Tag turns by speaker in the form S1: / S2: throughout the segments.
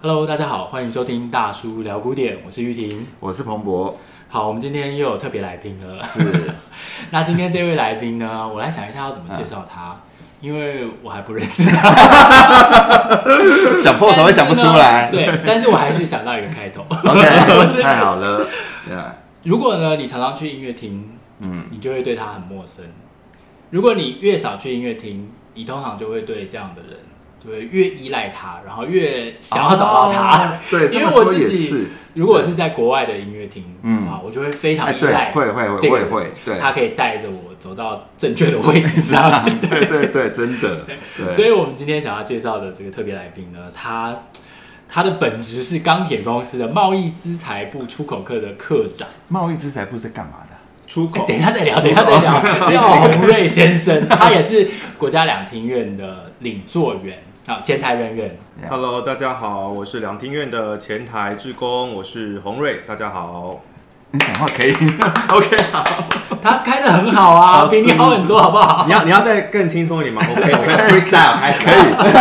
S1: Hello，大家好，欢迎收听大叔聊古典，我是玉婷。
S2: 我是彭博，
S1: 好，我们今天又有特别来宾了。
S2: 是
S1: 那今天这位来宾呢，我来想一下要怎么介绍他，
S2: 啊
S1: 因为我还不认识 他，
S2: 想破头也想不出 来。
S1: 对，但是我还是想到一个开头。
S2: OK，太好了。Yeah，
S1: 如果呢，你常常去音乐厅，
S2: 嗯，
S1: 你就会对他很陌生；如果你越少去音乐厅，你通常就会对这样的人，就会越依赖他，然后越想要找到他。
S2: 哦对，这
S1: 因为
S2: 么
S1: 我
S2: 说
S1: 自
S2: 也
S1: 己
S2: 是。
S1: 如果是在国外的音乐厅，嗯
S2: 嗯
S1: 啊，我就会非常
S2: 哎，
S1: 依
S2: 对
S1: 赖，，
S2: 会会会
S1: 这个
S2: 会会，对，
S1: 他可以带着我走到正确的位置
S2: 是
S1: 上。
S2: 啊 对对对，真的，
S1: 所
S2: 对，
S1: 以，我们今天想要介绍的这个特别来宾呢，他他的本职是钢铁公司的贸易资材部出口课的课长。
S2: 贸易资材部是干嘛的？
S3: 出
S1: 哎
S3: 口
S1: 等一下再聊，等一下再聊。 廖洪瑞先生，他也是国家两厅院的领座员啊，前台人员。
S3: Hello，大家好，我是两厅院的前台志工，我是洪瑞，大家好。
S2: 你讲话可以，OK，好，
S1: 他开的很好啊，
S2: 哦
S1: 比你好很多，好不好？
S3: 你要你要再更轻松一 点吗？OK，我们 freestyle 开始。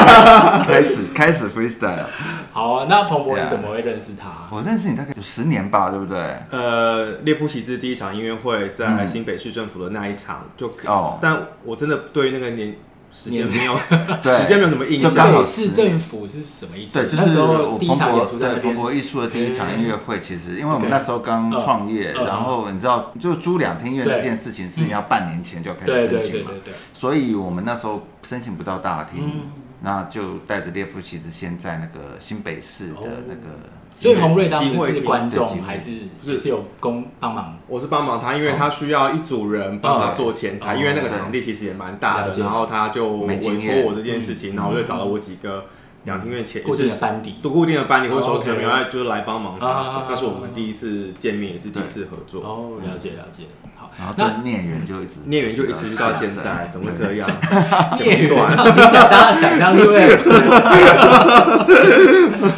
S2: 开始开始 freestyle。
S1: 好，啊那彭博你
S2: Yeah
S1: 怎么会认识他？
S2: 我认识你大概有十年吧，对不对？
S3: 呃，列夫席兹第一场音乐会
S1: 嗯
S3: 在新北市政府的那一场，就
S2: 哦
S3: 但我真的对于那个年时间
S1: 年
S3: 没有
S2: 对
S3: 时间没有什么印
S2: 就刚
S3: 象
S2: 好。
S1: 对市政府是什么意思？
S2: 对，就
S1: 那时
S2: 是
S1: 候
S2: 我
S1: 第一
S2: 彭
S1: 场
S2: 博
S1: 演出在那
S2: 对彭
S1: 边，
S2: 博艺术的第一场音乐会，其实因为我
S1: OK
S2: 们那时候刚
S1: 嗯
S2: 创业，
S1: 嗯
S2: 然后你知道，就租两厅院
S1: 对嗯
S2: 这件事情是要半年前就要开
S1: 对
S2: 始
S1: 对
S2: 申
S1: 对
S2: 请
S1: 对
S2: 嘛，
S1: 对。
S2: 所以我们那时候申请不到大厅，
S1: 嗯
S2: 那就带着列夫其实先在那个新北市的那个，
S1: 哦所以洪瑞当时是
S3: 机会
S1: 观
S2: 对
S1: 众
S2: 机会
S1: 还是
S3: 是
S1: 也是有公帮忙？
S3: 我是帮忙他，因为他需要一组人帮他做前台，
S1: 哦
S3: 因为那个场地其实也蛮大
S1: 了
S3: 的，
S1: 解嗯
S3: 然后他就委
S2: 没经
S3: 托
S2: 验
S3: 我这件事情，然后我就找了我几个两厅院前
S1: 固定
S3: 也
S1: 的
S3: 是
S1: 班底
S3: 都固定的班里
S1: 哦
S3: 或手指
S1: OK
S3: 没有，就是来帮忙
S1: 啊啊啊啊
S3: 他。那是我们第一次见面，也是嗯第一次合作。
S1: 哦，了解了解。好
S2: 然后，这
S1: 那
S2: 孽缘就一直
S3: 嗯
S2: 啊
S3: 孽缘就一直到现
S2: 哦
S3: 在，怎么会这 样？
S1: 演
S3: 剪不
S1: 员
S3: 断
S1: 到底讲大家想象力会很 多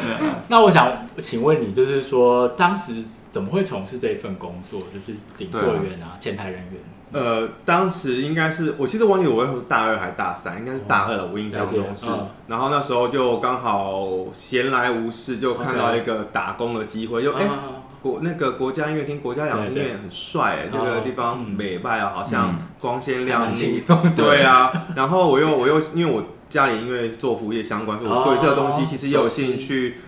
S1: 那我想请问你，就是说当时怎么会从事这一份工作？就是领座员啊，前台人员。
S3: 呃，当时应该是我其实忘记我那时候是大二还是大三，应该是大二了，我印象中
S1: 哦了解
S3: 是
S1: 嗯。
S3: 然后那时候就刚好闲来无事，就看到一个打工的机会，就哎
S1: 啊啊啊
S3: 国那个国家音乐厅、国家两厅院很帅哎，
S1: 对
S3: 这
S1: 对
S3: 个地方
S1: 嗯
S3: 美拜啊，好像光鲜
S1: 还
S3: 亮
S1: 蛮
S3: 丽
S1: 轻松。
S3: 对啊，然后我又我又因为我家里因为做服务业相关，所以
S1: 哦
S3: 我对这个东西其实也有兴趣。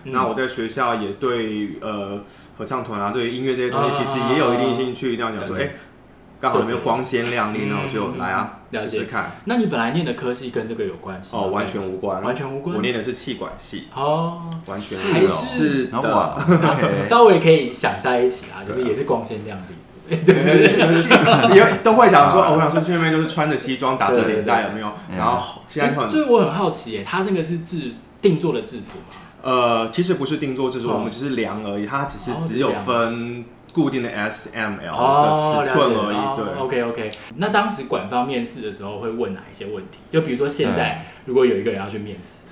S1: 悉
S3: 那我在学校也对呃合唱团啊，对音乐这些东西其实也有一定兴趣。那我想说，
S1: 了解
S3: 哎，刚好有没有光鲜亮丽，那我就
S1: 嗯
S3: 来啊，
S1: 了解
S3: 试试看。
S1: 那你本来念的科系跟这个有关系吗
S3: 哦，完全无关，
S1: 完全无关
S3: 我念的是气管系，
S1: 哦，
S3: 完全
S1: 还
S3: 没有。
S1: 是
S3: 是
S2: 然后哇
S3: 的，
S2: ，OK，
S1: 稍微可以想在一起啊，就是
S3: 对啊
S1: 也是光鲜亮丽，对不对
S3: 对 对，因为都会想说，哦，我想说去那边就是穿着西装打着领带，有没有？
S2: 对
S3: 然后现在就
S1: 所
S3: 很
S1: 以哎我很好奇耶，他那个是制定做的制服吗？
S3: 呃，其实不是定做制作，
S1: 哦
S3: 我们只是量而已，它只是
S1: 哦
S3: 只有
S1: 量
S3: 分固定的 S、M、L
S1: 哦
S3: 的尺寸而已。对，
S1: OK OK，那当时管方面试的时候会问哪一些问题？就比如说现
S3: 嗯
S1: 在如果有一个人要去面试，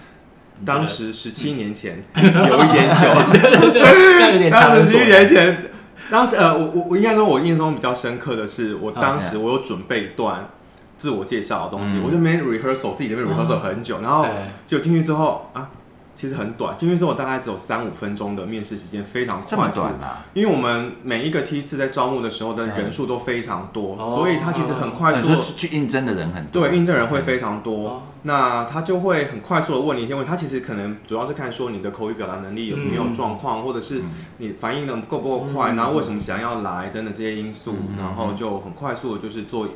S1: 你觉得
S3: 当时十七年前有一点久，
S1: 对对对那有点长
S3: 当时十
S1: 所
S3: 七年前。当时呃，我我我应该说，我印象中比较深刻的是，我当时我有准备一段自我介绍的东西，
S2: 嗯
S3: 我就没 rehearsal，自己这边 rehearsal 很久，然后
S1: 对
S3: 就进去之后啊，其实很短，进去之后大概只有三五分钟的面试时间，非常
S2: 这么
S3: 快速。
S2: 短啊，
S3: 因为我们每一个梯次在招募的时候的人数都非常多，
S1: 嗯
S3: 所以他其实很快
S2: 哦那
S3: 速
S2: 你哦说去应征的人很多，
S3: 对，应征人会非常多，
S1: 哦
S3: 那他就会很快速的问你一些问题。他其实可能主要是看说你的口语表达能力有没有状况，或者是
S2: 嗯
S3: 你反应的够不够快，然后为什么想要来等等这些因素，
S2: 嗯
S3: 然后就很快速的就是做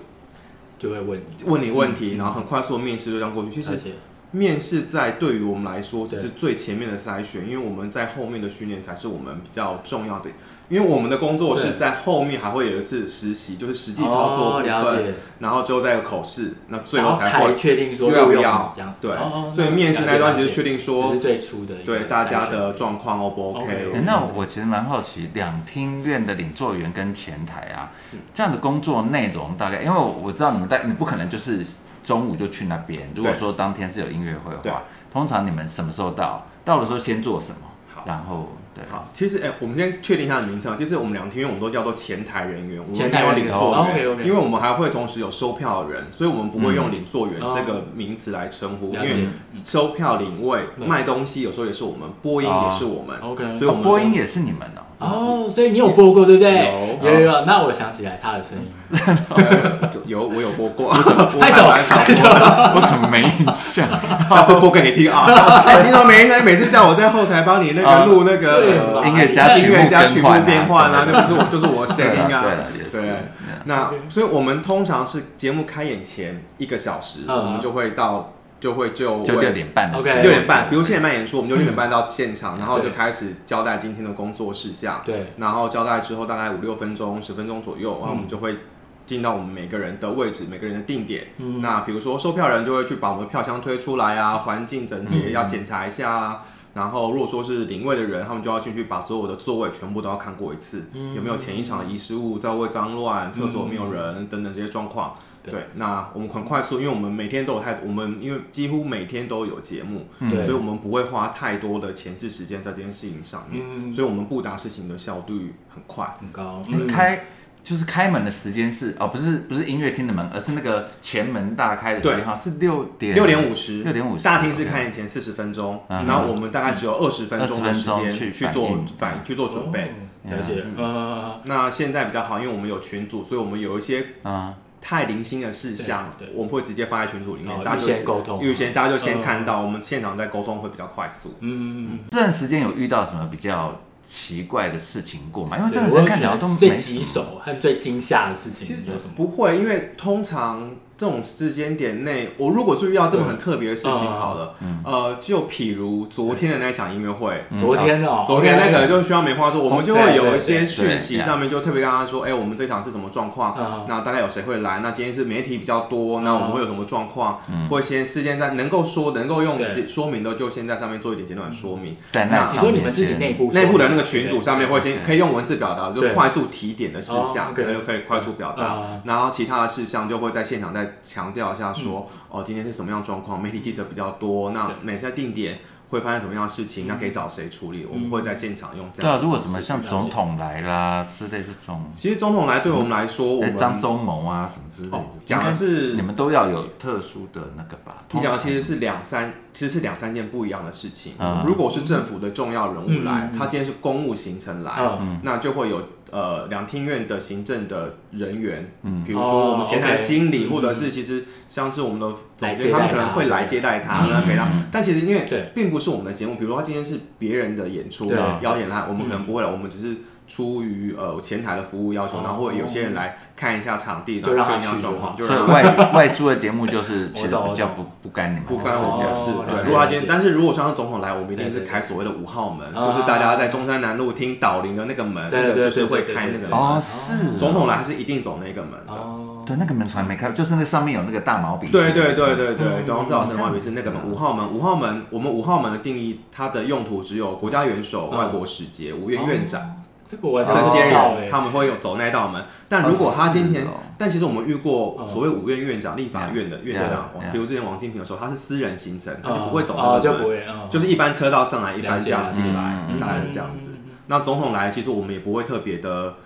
S1: 就会问你
S3: 问你问
S2: 嗯
S3: 题，然后很快速的面试就这样过去。其
S1: 而
S3: 实
S1: 且
S3: 面试在对于我们来说，这
S1: 对
S3: 是最前面的筛选，因为我们在后面的训练才是我们比较重要的。因为我们的工作
S1: 对
S3: 是在后面还会有一次实习，就是实际操作
S1: 哦
S3: 部
S1: 了
S3: 分，
S1: 解，哦
S3: 然后之后再有口试，那最
S1: 然
S3: 后
S1: 后
S3: 才会
S1: 才确定说
S3: 就要
S1: 录
S3: 不
S1: 用
S3: 要
S1: 这样子。
S3: 对
S1: 哦，
S3: 所以面试那一段其实确定
S1: 这
S3: 说
S1: 是最初的一个
S3: 对大家
S1: 筛选哦
S3: 的状况 O 不
S1: OK，
S2: 哎
S3: OK？
S2: 那我其实蛮好奇，两厅院的领座员跟前台啊，
S3: 嗯
S2: 这样的工作内容大概，因为我知道你们在，你不可能就是中午就去那边。如果说当天是有音乐会的
S3: 对
S2: 话，通常你们什么时候到？到的时候先做什么
S3: 好？
S2: 然后对，
S3: 好，其实哎、我们先确定一下名称。其实我们两厅，因为我们都叫做前台人员，我们
S1: 前
S3: 没
S1: 台
S3: 有
S1: 人员
S3: 领座员，
S1: 哦，OK，OK
S3: 因为我们还会同时有收票人，所以我们不会用
S2: 嗯
S3: 领座员
S1: 哦
S3: 这个名词来称呼，因
S1: 了解
S3: 为收票、领位、
S1: 对
S3: 卖东西有时候也是我们，播音
S2: 哦
S3: 也是我们，
S1: OK
S3: 所以我们
S2: 播音也是你们哦。
S1: 哦，所以你有播过对不对？
S3: 有
S1: 有有有，那我想起来他的声音，
S3: 呃就有我有播过，我
S1: 拍 手
S3: 还蛮想
S1: 拍
S3: 播
S1: 手
S3: 的。
S2: 我怎么没印 象？
S3: 下次播给你 听啊！哎你怎么每一天每次叫我在后台帮你那
S2: 啊
S3: 个录那
S1: 哦对
S3: 个呃
S1: 嘛
S2: 音乐家曲
S3: 音
S2: 目
S3: 乐家
S2: 更
S3: 曲目
S2: 换啊
S3: 变换啊，
S2: 什么
S3: 那不是我就是我声
S2: 对
S3: 音
S2: 啦
S3: 啊
S2: 对啦，也是
S3: 对
S2: 嗯
S3: 那所以我们通常是节目开演前一个小时，
S1: 嗯
S3: 我们就会到就会就位
S2: 就六点半的时候
S1: OK
S3: 六点半，比如现在办演出，我们就六点半到现场，然后就
S1: 对
S3: 开始交代今天的工作事 项。
S1: 对，嗯
S3: 然后交代之后大概五六分钟、十分钟左右，然后我们就会进到我们每个人的位置、每个人的定点。
S1: 嗯
S3: 那比如说售票人就会去把我们的票箱推出来啊，环境整洁要检查一下
S1: 嗯
S3: 啊。然后，如果说是领位的人，他们就要进去把所有的座位全部都要看过一次，
S1: 嗯
S3: 有没有前一场的遗失物、座位脏乱、厕所没有人、等等这些状况。
S1: 对
S3: 对，那我们很快速，因为我们每天都有太，我们因为几乎每天都有节目，
S1: 嗯对
S3: 所以我们不会花太多的前置时间在这件事情上面。
S1: 嗯，
S3: 所以我们布达事情的效率很快。
S1: 很高，嗯
S2: 你开就是开门的时间是哦，不是不是音乐厅的门，而是那个前门大开的时间
S3: 对
S2: 哈，是六点
S3: 六点五十，
S2: 6:50
S3: 大厅是开演前四十分钟，
S2: 嗯
S3: 然后我们大概只有二十分钟的时
S2: 20分钟
S3: 间
S2: 去
S3: 去
S2: 反
S3: 做
S2: 应
S3: 反去做准备。嗯
S1: 哦了解，呃，
S3: 那现在比较好，因为我们有群组，所以我们有一些
S2: 嗯，
S3: 太零星的事项
S1: 对，对
S3: 我们会直接放在群组里
S1: 哦
S3: 面，大家就
S1: 预先沟通
S3: 预先大家就
S1: 嗯
S3: 先看到，我们现场在沟通会比较快速。
S1: 嗯，
S2: 这段时间有遇到什么比较奇怪的事情过吗？因为这段时
S1: 我
S2: 间看起来都没
S1: 最
S2: 什
S1: 棘
S2: 么
S1: 手和最惊吓的事情有什么？
S3: 不会，因为通常这种时间点内，我如果是遇到这么很特别的事情，
S1: 嗯
S3: 好了，呃，就譬如昨天的那一场音乐会，
S1: 昨天哦，
S3: 嗯昨天那个就需要梅花座，我们就会有一些讯
S2: 对对
S3: 息
S2: 对
S3: 上面就特别跟他说，哎，我们这场是什么状
S1: 嗯
S3: 况？那大概有谁会来？那今天是媒体比较多，那我们会有什么状况？会先事先在能够说、能够用
S1: 嗯对
S3: 解说明的，就先在上面做一点简短说明。
S2: 在
S3: 那
S2: 那
S1: 你
S2: 上
S1: 说你
S2: 面
S1: 们自己
S2: 先
S1: 内部
S3: 内部的那个群组上面会
S2: 对
S3: 先可以用文字表达，就
S1: 对
S3: 快速提点的事
S1: 哦
S3: 项，
S1: ，OK
S3: 可能就可以快速表
S1: 啊
S3: 达。然后其他的事项就会在现场再强调一下，说哦，今天是什么样的状况，媒体记者比较多，那
S1: 对嗯
S3: 每次在定点会发生什么样的事情，那可以找谁处理，我们会在现场用这
S2: 对啊
S3: 样。，
S2: 如果什么像
S1: 了解
S2: 总统来啦之类这种，
S3: 其实总统来对我们来说，我
S2: 哎
S3: 们
S2: 张忠谋啊什么之类的
S3: 哦，讲的是
S2: 你们都要有特殊的那个吧？
S3: 你讲的其
S2: 通
S3: 实是两三，其实是两三件不一样的事情。
S2: 嗯
S3: 如果是政府的重要人物来
S1: 嗯嗯，嗯
S3: 他今天是公务行程来，
S1: 嗯
S3: 那就会有呃两厅院的行政的人员，
S2: 嗯
S3: 比如说我们前台
S1: 哦
S3: 经理，
S1: ，OK
S3: 或者是其实像是我们的
S1: 来
S3: 总
S1: 接待
S3: 监，他
S1: 他
S3: 们可能会来接待他，
S2: 嗯
S3: 那给他
S2: 嗯。
S3: 但其实因为
S1: 对
S3: 并不是我们的节目，比如说他今天是别人的演出
S1: 对嗯
S3: 邀演来，我们可能不会来，我们只是。出于呃前台的服务要求，
S1: 哦
S3: 然后会有些人来看一下场地，然
S1: 就
S3: 后
S1: 让他
S3: 确认一
S1: 去
S3: 下状况，
S2: 常
S3: 就
S2: 所以
S3: 让他去
S2: 外外租的节目就是其
S1: 我
S2: 实
S1: 懂
S2: 比较
S1: 我
S2: 不不干你们的
S3: 不
S2: 事，
S3: 关我们的事。
S1: 哦
S3: 对，
S1: 了解
S3: 如果
S1: 了
S3: 他今
S1: 解
S3: 天，但是如果像总统来，我们一定
S1: 对
S3: 是
S1: 对
S3: 开所谓的五号门，
S1: 啊
S3: 就是大家在中山南路听导铃的那个门，
S1: 对
S3: 嗯那
S1: 对
S3: 个就是
S1: 对
S3: 会
S1: 对
S3: 开
S1: 对
S3: 那个
S1: 对
S3: 门。
S2: 哦，是
S3: 总统来，他是一定走那个门的。
S1: 嗯哦，
S2: 对那个门从来没开，就是那上面有那个大毛笔字。
S3: 对对对对对
S1: 嗯，
S3: 然后至少是
S2: 这样
S3: 外面是那个门，
S2: 子啊
S3: 五号门，五号门，我们五号门的定义，它的用途只有国家元首、
S1: 嗯
S3: 外国使节、五
S1: 哦
S3: 院院长
S1: 这个我
S3: 这些人，
S1: 哎，
S3: 他们会有走那道门。但如果他今天
S2: 哦是哦，
S3: 但其实我们遇
S1: 哦
S3: 过所谓五院院长、立法院的院长
S2: Yeah，yeah，
S3: 比如之前王金平的时候，他是私人行程，他就不会走那
S1: 哦，
S3: 个
S1: 就
S3: 门
S1: 不。会，嗯，
S3: 就是一般车道上来，一般这样进来嗯
S2: 了解了，
S3: 大概是这样
S1: 嗯
S3: 子。那总统来，其实我们也不会特别的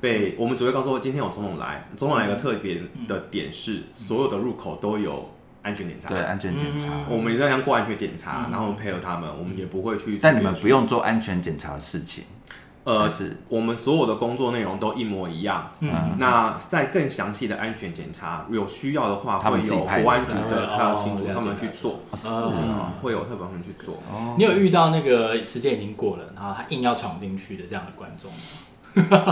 S3: 被，我们只会告诉今天有总统来。总统来有个特别的点
S1: 嗯
S3: 是，所有的入口都有安全检查
S2: 对，安全检查。
S3: 我们也是要过安全检查，
S1: 嗯
S3: 然后我们配合他们，我们也不会去。
S2: 但你们不用做安全检查的事情，
S3: 呃
S2: 还，是
S3: 我们所有的工作内容都一模一样。
S1: 嗯，
S3: 那在更详细的安全检查，有需要的话，
S2: 他
S3: 会
S2: 们自
S3: 有
S2: 己派人
S3: 国安局
S1: 对
S3: 的还有清
S1: 哦
S3: 楚
S1: 了解
S3: 他们去
S1: 了解
S3: 做，
S2: 哦是
S1: 嗯
S2: 哦，
S3: 嗯，会有特别他们去做。
S2: 哦
S1: 你有遇到那个时间已经过了，然后他硬要闯进去的这样的观众吗？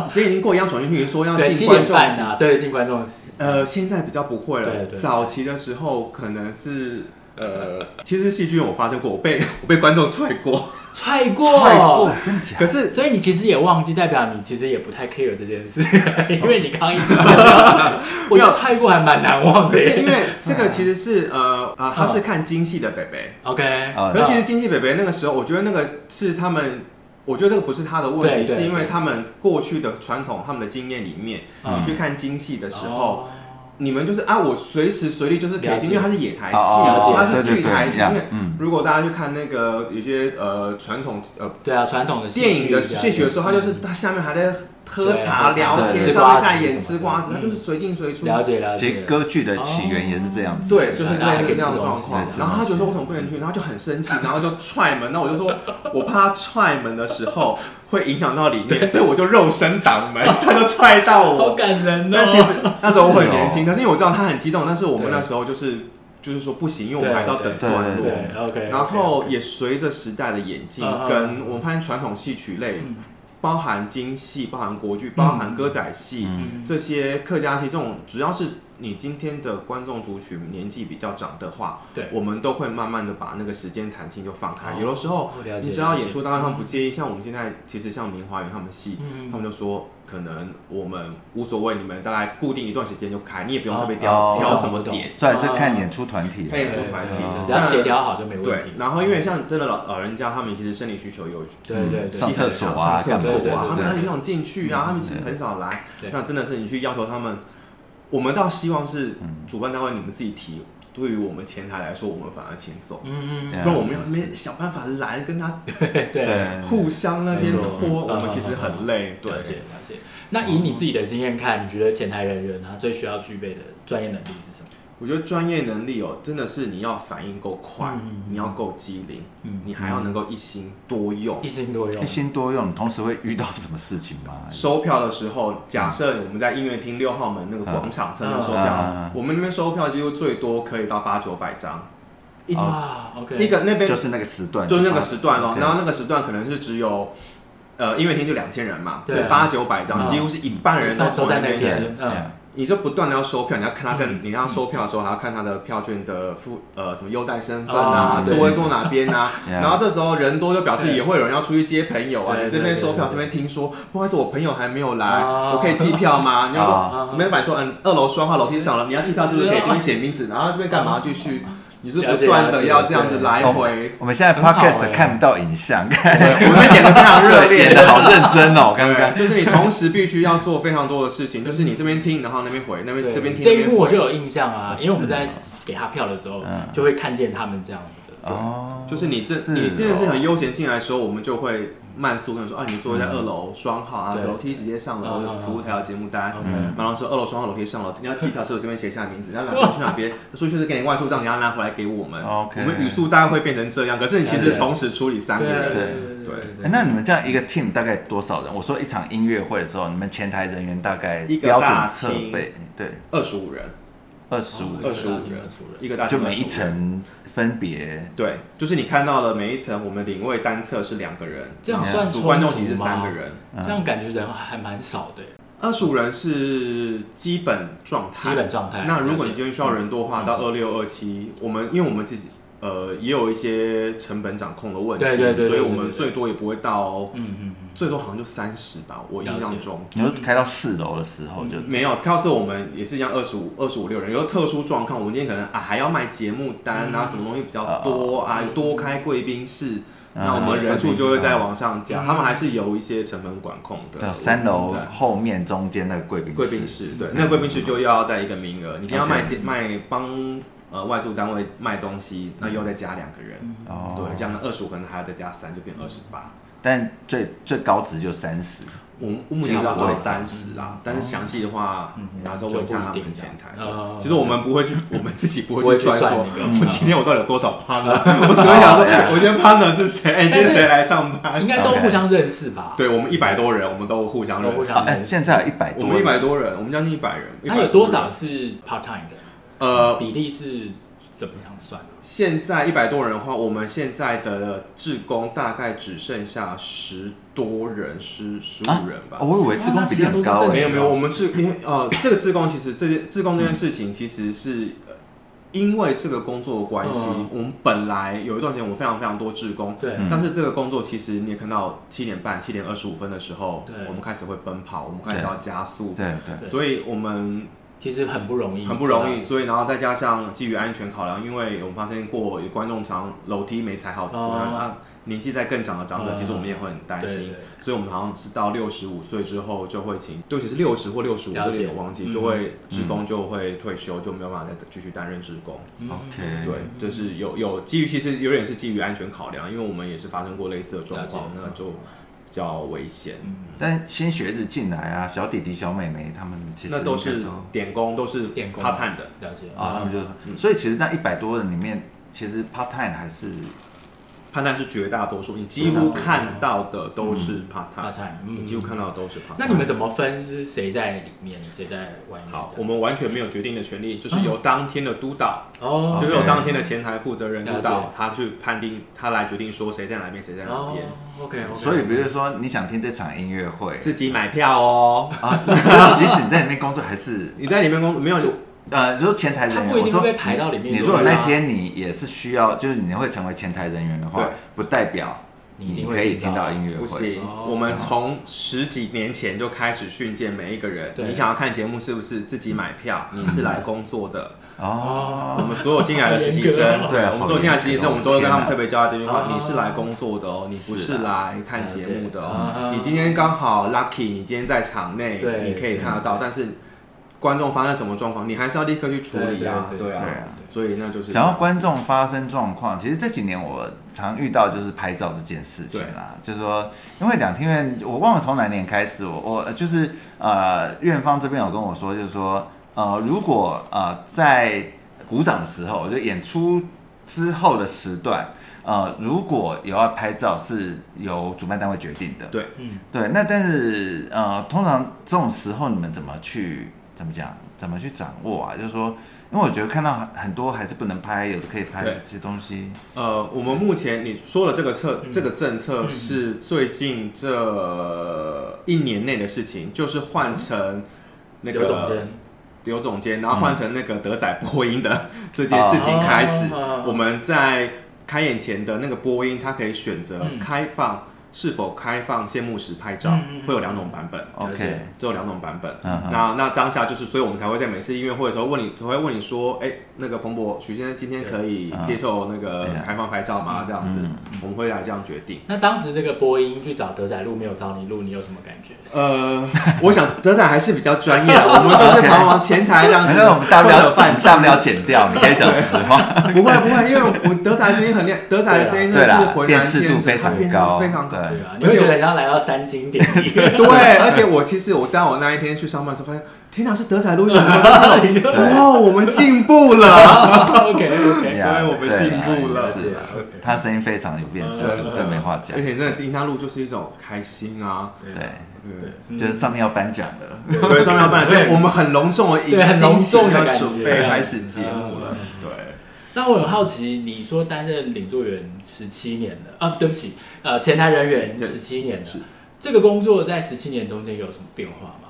S3: 所以已经过一样闯进去，说要
S1: 对，
S3: 进
S1: 七
S3: 观
S1: 点
S3: 众
S1: 半
S3: 席
S1: 啊，对，进观众席，
S3: 呃，现在比较不会了。
S1: 对对
S3: 早期的时候可能是呃，其实戏剧院我发生过，我被我被观众踹过。
S1: 踹
S2: 快过，真的假
S3: 可是
S1: 所以你其实也忘记，代表你其实也不太 care 这件事， 因为你刚刚一直讲，我觉得踹过还蛮难忘
S3: 可
S1: 的耶。
S3: 是因为这个其实是呃啊，他
S1: 嗯
S3: 是看京戏的北北，
S1: OK，
S2: 啊嗯
S3: 可是其实京戏北北那个时候，我觉得那个是他们。我觉得这个不是他的问
S1: 对
S3: 题，
S1: 对
S3: 是因为
S1: 对
S3: 他们过去的传统、他们的经验里面，
S1: 嗯
S3: 你去看京戏的时候，
S1: 哦
S3: 你们就是啊，我随时随地就是可以
S1: 了解哦
S3: 进，因为它是野台戏，
S1: 了解
S3: 它
S2: 对
S3: 是
S2: 对
S3: 剧
S2: 对，
S3: 台戏。因为
S2: 嗯，
S3: 如果大家去看那个有些呃传统呃
S1: 对啊，传统的戏
S3: 电影的
S1: 剧
S3: 戏曲的时候，
S1: 这
S3: 它
S1: 样
S3: 就
S1: 子
S3: 是它下面还在喝
S1: 嗯对
S3: 茶
S1: 喝茶
S3: 聊
S2: 对
S3: 天，
S2: 吃
S3: 上
S1: 瓜
S3: 面
S1: 子
S3: 在演
S1: 什么
S3: 吃
S1: 的
S3: 瓜子，它就
S1: 嗯
S3: 是随进随出。
S1: 了解了
S2: 其实
S1: 解。
S2: 歌剧的起源也是这样子，
S3: 对，就是
S1: 大家
S3: 类
S1: 还可
S3: 似
S1: 以
S3: 这样
S1: 吃
S3: 的
S1: 东
S3: 状
S1: 西
S3: 况
S2: 对。吃
S3: 然后他就
S2: 东西
S3: 说为什么不能去，然后就很生气，然后就踹门。那我就 说，我怕他踹门的时候会影响到里面，所以我就肉身挡门，他就踹到
S1: 好
S3: 我。
S1: 感人
S3: 但其
S1: 哦！
S3: 实那时候我 很年轻，但是因为我知道他很激动，但是我们那时候就是就是说不行，因为我们还是要等
S2: 对
S3: 段
S2: 对
S3: 落。
S1: 对，OK。
S3: 然后也随着时代的演进
S1: 嗯嗯，
S3: 跟我们发现传统戏曲类
S1: 嗯，
S3: 包含京戏、包含国剧、包含歌仔戏，
S1: 嗯
S3: 这些客家戏，这种只要是你今天的观众族群年纪比较长的话，
S1: 对
S3: 我们都会慢慢的把那个时间弹性就放开。
S1: 哦
S3: 有的时候
S1: 我了解
S3: 你只要
S1: 了解
S3: 演出，当然他们不介意。像我们现在其实像明华园他们戏，
S1: 嗯
S3: 他们就说可能我们无所谓，你们大概固定一段时间就开，你也不用特别
S2: 哦
S3: 挑挑什么
S1: 我懂
S3: 点。
S2: 所以还是看演出团体啊。
S3: 配演出团
S1: 对
S3: 体
S1: 对对
S2: 哦
S1: 只要协调好就没问
S3: 对
S1: 题，。嗯
S3: 然后因为像真的老老人家，他们其实生理需求有
S1: 对对
S2: 嗯
S1: 对，
S2: 上厕所啊
S3: 上厕
S1: 干
S3: 所
S1: 嘛
S3: 啊
S1: 的，
S3: 他们
S2: 对
S3: 很想进去啊，他们其实很少来
S1: 对。
S3: 那真的是你去要求他们，我们倒希望是主办单位你们自己提。对于我们前台来说，我们反而轻松，
S1: 嗯嗯
S2: 对啊
S3: 不然我们要那边想办法来跟他
S1: 嗯，对。
S2: 对，
S3: 互相那边
S1: 没错
S3: 拖，
S1: 嗯
S3: 我们其实很累。对
S1: 了，解了解。那以你自己的经验看，你觉得前台人员他最需要具备的专业能力是什么？
S3: 我觉得专业能力哦，真的是你要反应够快
S1: 嗯，
S3: 你要够机灵
S1: 嗯，
S3: 你还要能够一心多用。
S1: 一心多用
S2: 一。心多用，同时会遇到什么事情吗？
S3: 收票的时候，假设我们在音乐厅六号门那个广场侧面收票，
S2: 嗯
S3: 我们那边收票几乎最多可以到八九百张，一、
S2: 哦
S1: 啊，OK，
S3: 那个那边
S2: 就
S3: 就是
S2: 那个时段，
S3: 那个时段咯，
S2: OK
S3: 然后那个时段可能是只有。呃，音乐厅就两千人嘛，
S1: 对
S3: 所
S1: 啊
S3: 以八九百
S1: 嗯
S3: 张，几乎是一半人都
S1: 都
S3: 坐
S1: 在
S3: 在
S1: 那
S3: 那
S1: 边
S3: 边。
S2: 对
S1: 嗯
S2: 对
S3: 你就不断的要收票，你要看他跟你要收票的时候，还要看他的票券的付呃什么优待身份
S1: 哦
S3: 啊，座位坐哪 边啊。
S2: Yeah
S3: 然后这时候人多，就表示也会有人要出去接朋友啊。
S1: 对
S3: 你这边收票，
S1: 对对对
S3: 这边听说，不好意思，我朋友还没有来，
S1: 哦
S3: 我可以寄 票吗？你要
S1: 啊
S2: 哦
S3: 说你们买说，嗯，二楼说话楼梯上了，你要寄票是不是可以这边写名字？然后这边干嘛继续？你是不
S1: 了解了
S3: 断的
S1: 解
S3: 要这样子来回，
S2: 我们现在
S1: 很好
S2: podcast
S1: 欸
S2: 看不到影像，
S3: 对我们演的非常热烈
S2: 演的好认真哦，刚刚
S3: 对就是你同时必须要做非常多的事情，就是你这边听，然后那边回，那边
S1: 对
S3: 这边听，
S1: 这
S3: 那
S1: 一
S3: 边
S1: 幕
S3: 回
S1: 我就有印象啊，
S2: 是嗯
S1: 因为我们在给他票的时候，就会看见他们这样子的。
S2: 哦，
S3: 就是你这
S2: 是
S3: 你真的是
S2: 哦
S3: 很悠闲进来的时候，我们就会慢速跟你说啊，你坐在二楼双号啊
S1: 对，
S3: 楼梯直接上
S1: 嗯
S3: 楼
S1: 嗯，嗯
S3: 服务台有节目单。
S1: OK，
S3: 然后说二楼双号楼梯上楼，你要记票时候这边写下名字，然后哪边去哪边，出去是给你外出账，你要拿回来给我们。
S2: OK
S3: 我们语速大概会变成这样，可是你其
S1: 了
S3: 实
S1: 解
S3: 同时处理三个
S1: 对
S3: 人，
S1: 对对
S2: 哎那你们这样一个 team 大概多少人？我说一场音乐会的时候，你们前台人员大概
S3: 一个
S2: 标准
S3: 大哦
S2: 设备对
S3: 二十五人，
S2: 二十五，
S3: 二十五
S1: 人
S3: 人，一个大厅
S2: 就每一
S3: 25人。
S2: 层分别
S3: 对，就是你看到了每一层，我们领位单侧是两个人，
S1: 这样
S2: 嗯
S1: 算
S3: 主
S1: 充
S3: 观众
S1: 足
S3: 席是三
S1: 吗
S3: 个人，
S1: 这样感觉人还蛮少的，
S3: 二十五人是基本状态，
S1: 基本状态。
S3: 那如果你
S1: 了解
S3: 今天需要人多的话，到二六二七，我们因为我们自己呃也有一些成本掌控的问题，
S1: 对对对对
S3: 所以
S1: 对
S3: 我们
S1: 对
S3: 最多也不会到，
S1: 嗯嗯嗯，
S3: 最多好像就三十吧，我印
S1: 了解
S3: 象中。
S2: 你说开到四楼的时候就
S3: 没有，靠是我们也是一样，二十五、二十五六人。有特殊状况，我们今天可能啊还要卖节目单啊，什么东西比较多啊，
S1: 嗯
S3: 多开贵宾室，那我们人数就会再往上
S1: 嗯
S3: 加。
S1: 啊
S3: 他们还是有一些成本管控的。
S2: 对三楼
S3: 对
S2: 后面中间那个贵宾
S3: 贵宾
S2: 室，
S3: 室，对，那贵宾室就要在一个名额，你今天要卖卖帮呃外租单位卖东西，那又再加两个人，
S2: 哦
S3: 对，这样二十五可能还要再加三，就变二十八。
S2: 但最最高值就三十。
S3: 我们目前要到嗯三十啦，但是详细的话，还是要问一下他们前台
S1: 就不一定哦。
S3: 其实我们不会去， 我们自己不会去算
S1: 不
S3: 说
S1: 会去算那个
S3: 我今天我到底有多少 partner，我只会想说 我今天 partner 是谁，哎，今天谁来上班
S1: 应？该都互相认识吧？
S3: 哎对我们一百多人，我们都互相
S1: 都互
S3: 认识
S1: 相。
S2: 啊，哎，现在有一百
S3: 我
S2: 多
S3: 们一
S2: 人，
S3: 百多人，我们将近一百人。
S1: 那有多少？是 part time 的？
S3: 呃，
S1: 比例是怎么样算的？啊
S3: 现在一百多人的话，我们现在的志工大概只剩下十多人，十十
S2: 啊
S3: 五人吧。
S2: 哦我以为自工比例很
S1: 哦
S2: 高
S1: 那其他都是正
S2: 哎
S1: 常
S3: 没有没有，我们志因为呃，这个志工其实这件志工这件事情其实是。呃因为这个工作的关系，
S1: 嗯
S3: 我们本来有一段时间我们非常非常多志工，
S1: 对
S2: 嗯
S3: 但是这个工作其实你也看到七点半、七点二十五分的时候
S1: 对，
S3: 我们开始会奔跑，我们开始要加速，
S2: 哎对对
S1: 对
S3: 所以我们
S1: 其实很不容易，
S3: 很不容易，。所以然后再加上基于安全考量，因为我们发现过有观众常楼梯没踩好，
S1: 哦
S3: 那年纪在更长的长者，
S1: 嗯
S3: 其实我们也会很担
S1: 对
S3: 心
S1: 对，
S3: 所以我们好像是到六十五岁之后就会请，尤其是六十或六十五，
S1: 了
S3: 这
S1: 解
S3: 个也忘记，
S1: 嗯
S3: 就会职工就会退休，就没有办法再继续担任职工。
S2: OK，
S3: 嗯对，
S1: 嗯
S3: 就是有有基于其实有点是基于安全考量，因为我们也是发生过类似的状况，
S1: 了解嗯
S3: 那就比较危险。
S2: 但新学子进来啊，小弟弟、小妹妹他们其实
S3: 那都
S2: 应
S3: 是
S2: 该都
S3: 点工，都是
S1: 点工
S3: part time 的。
S1: 了解
S2: 啊，他们就、
S1: 嗯
S2: 所以其实那一百多人里面，其实 part time 还是
S3: 判断是绝大多数，你几乎看到的都是 part time，、
S1: part time，嗯
S3: 你几乎看到的都是 part time。
S1: 那你们怎么分是谁在里面，谁在外面？
S3: 好，
S1: 这
S3: 我
S1: 样
S3: 们完全没有决定的权利，就是由当天的督导，
S1: 啊哦，
S3: 就是
S2: 有
S3: 由当天的前台负责人督
S1: 了解
S3: 导，他去判定，他来决定说谁在哪边，谁在哪
S1: 哦
S3: 边，
S1: ，OK OK，嗯
S2: 所以比如说你想听这场音乐会
S3: 自己买票哦。
S2: 啊，是 即使你在里面工作，还是
S3: 你在里面工作没有？
S2: 呃，就是前台人员，
S1: 他不一定
S2: 我说
S1: 会被排到里面
S2: 你
S1: 对
S2: 如果
S1: 啊
S2: 那天你也是需要，就是你会成为前台人员的话
S3: 对，
S2: 不代表
S1: 你一定会
S2: 可以
S1: 听
S2: 听
S1: 到
S2: 到音乐
S3: 不
S2: 会。
S3: 行
S1: 哦，
S3: 我们从十几年前就开始训诫每一个人，
S1: 对嗯
S3: 你想要看节目是不是自己买票？你是来工作的。
S2: 哦，
S3: 我们所有进来的实习 生，
S2: 对
S3: 我们所有进来的实习生，我们都会跟他们特别交代这句
S1: 哦
S3: 话：你是来工作的哦，你不是来看节目的哦
S1: 了。解
S3: 你今天刚好 lucky，你今天在场内
S1: 对，
S3: 你可以看得到，但是观众发生什么状况，你还是要立刻去处理啊，
S1: 对对对
S3: 对啊
S2: 对啊，
S3: 所以那就是
S2: 想要观众发生状况，其实这几年我常遇到就是拍照这件事情啦，就是说，因为两厅院我忘了从哪年开始，我我就是呃，院方这边有跟我说，就是说呃，如果呃在鼓掌的时候，就演出之后的时段，呃，如果有要拍照是由主办单位决定的，
S3: 对，嗯
S2: 对，那但是呃，通常这种时候你们怎么去怎么讲，怎么去掌握啊？就是说，因为我觉得看到很很多还是不能拍，有的可以拍
S3: 对
S2: 这些东西。
S3: 呃，我们目前你说的这个策、这个政策是最近这一年内的事情，就是换成那个
S1: 刘总监
S3: 刘总监，然后换成那个德仔播音的这件事情开始，
S1: 嗯哦
S3: 我们在开演前的那个播音，它可以选择
S1: 嗯
S3: 开放、是否开放谢幕时拍照，
S1: 嗯嗯嗯
S3: 会有两种版本。
S1: 了解
S2: OK，
S3: 只有两种版本，
S2: 嗯哼
S3: 那那当下就是，所以我们才会在每次音乐会的时候问你，才会问你说，哎、那个彭博许先生今天可以
S2: 嗯
S3: 接受那个
S2: 对啊
S3: 开放拍照吗？这样子，
S2: 嗯
S3: 我们会来这样决定。
S1: 那当时这个播音去找德仔录，没有找你录，你有什么感 觉？
S2: 嗯
S3: 呃，我想德仔还是比较专 业的，我们就是忙忙前台这样子，
S2: 反正我们大不
S3: 混
S2: 了
S3: 个饭吃
S2: 大不了剪掉，你可以讲实话。
S3: 不会不会，因为我德仔的声音很厉害，德仔的声音真
S2: 对
S3: 的是
S2: 啦，
S3: 浑
S2: 辨
S3: 然
S2: 识
S3: 天
S2: 度
S3: 成，
S2: 非
S3: 它
S2: 常
S3: 辨识
S2: 高，
S3: 非常高。
S2: 对，
S1: 对啊，你会觉得像来到三金典礼，
S3: 对，而且我其实我当我那一天去上班的时候，发现天哪，是德仔录音的时候，
S1: 你 就
S3: 哇，我们进步了。
S1: OK OK，
S2: 呀
S3: 对我们
S2: 对啦
S3: 进步了嗯
S2: 是啊
S1: 对，OK
S2: 他声音非常有辨识度，这没话讲
S3: 而。且真的听他录就是一种开心啊，
S2: 对，
S3: 对
S1: 嗯
S2: 就是上面要颁奖了。
S3: 对，上面要办
S1: 对
S3: 就我们很隆重的迎
S1: 对很隆重的
S3: 新
S1: 感
S3: 要
S1: 觉嗯
S3: 准备开始节目了，对。
S1: 那我很好奇，你说担任领座员十七年了啊？对不起，呃，前台人员
S3: 对
S1: 十七年了
S3: 是，
S1: 这个工作在十七年中间有什么变化吗？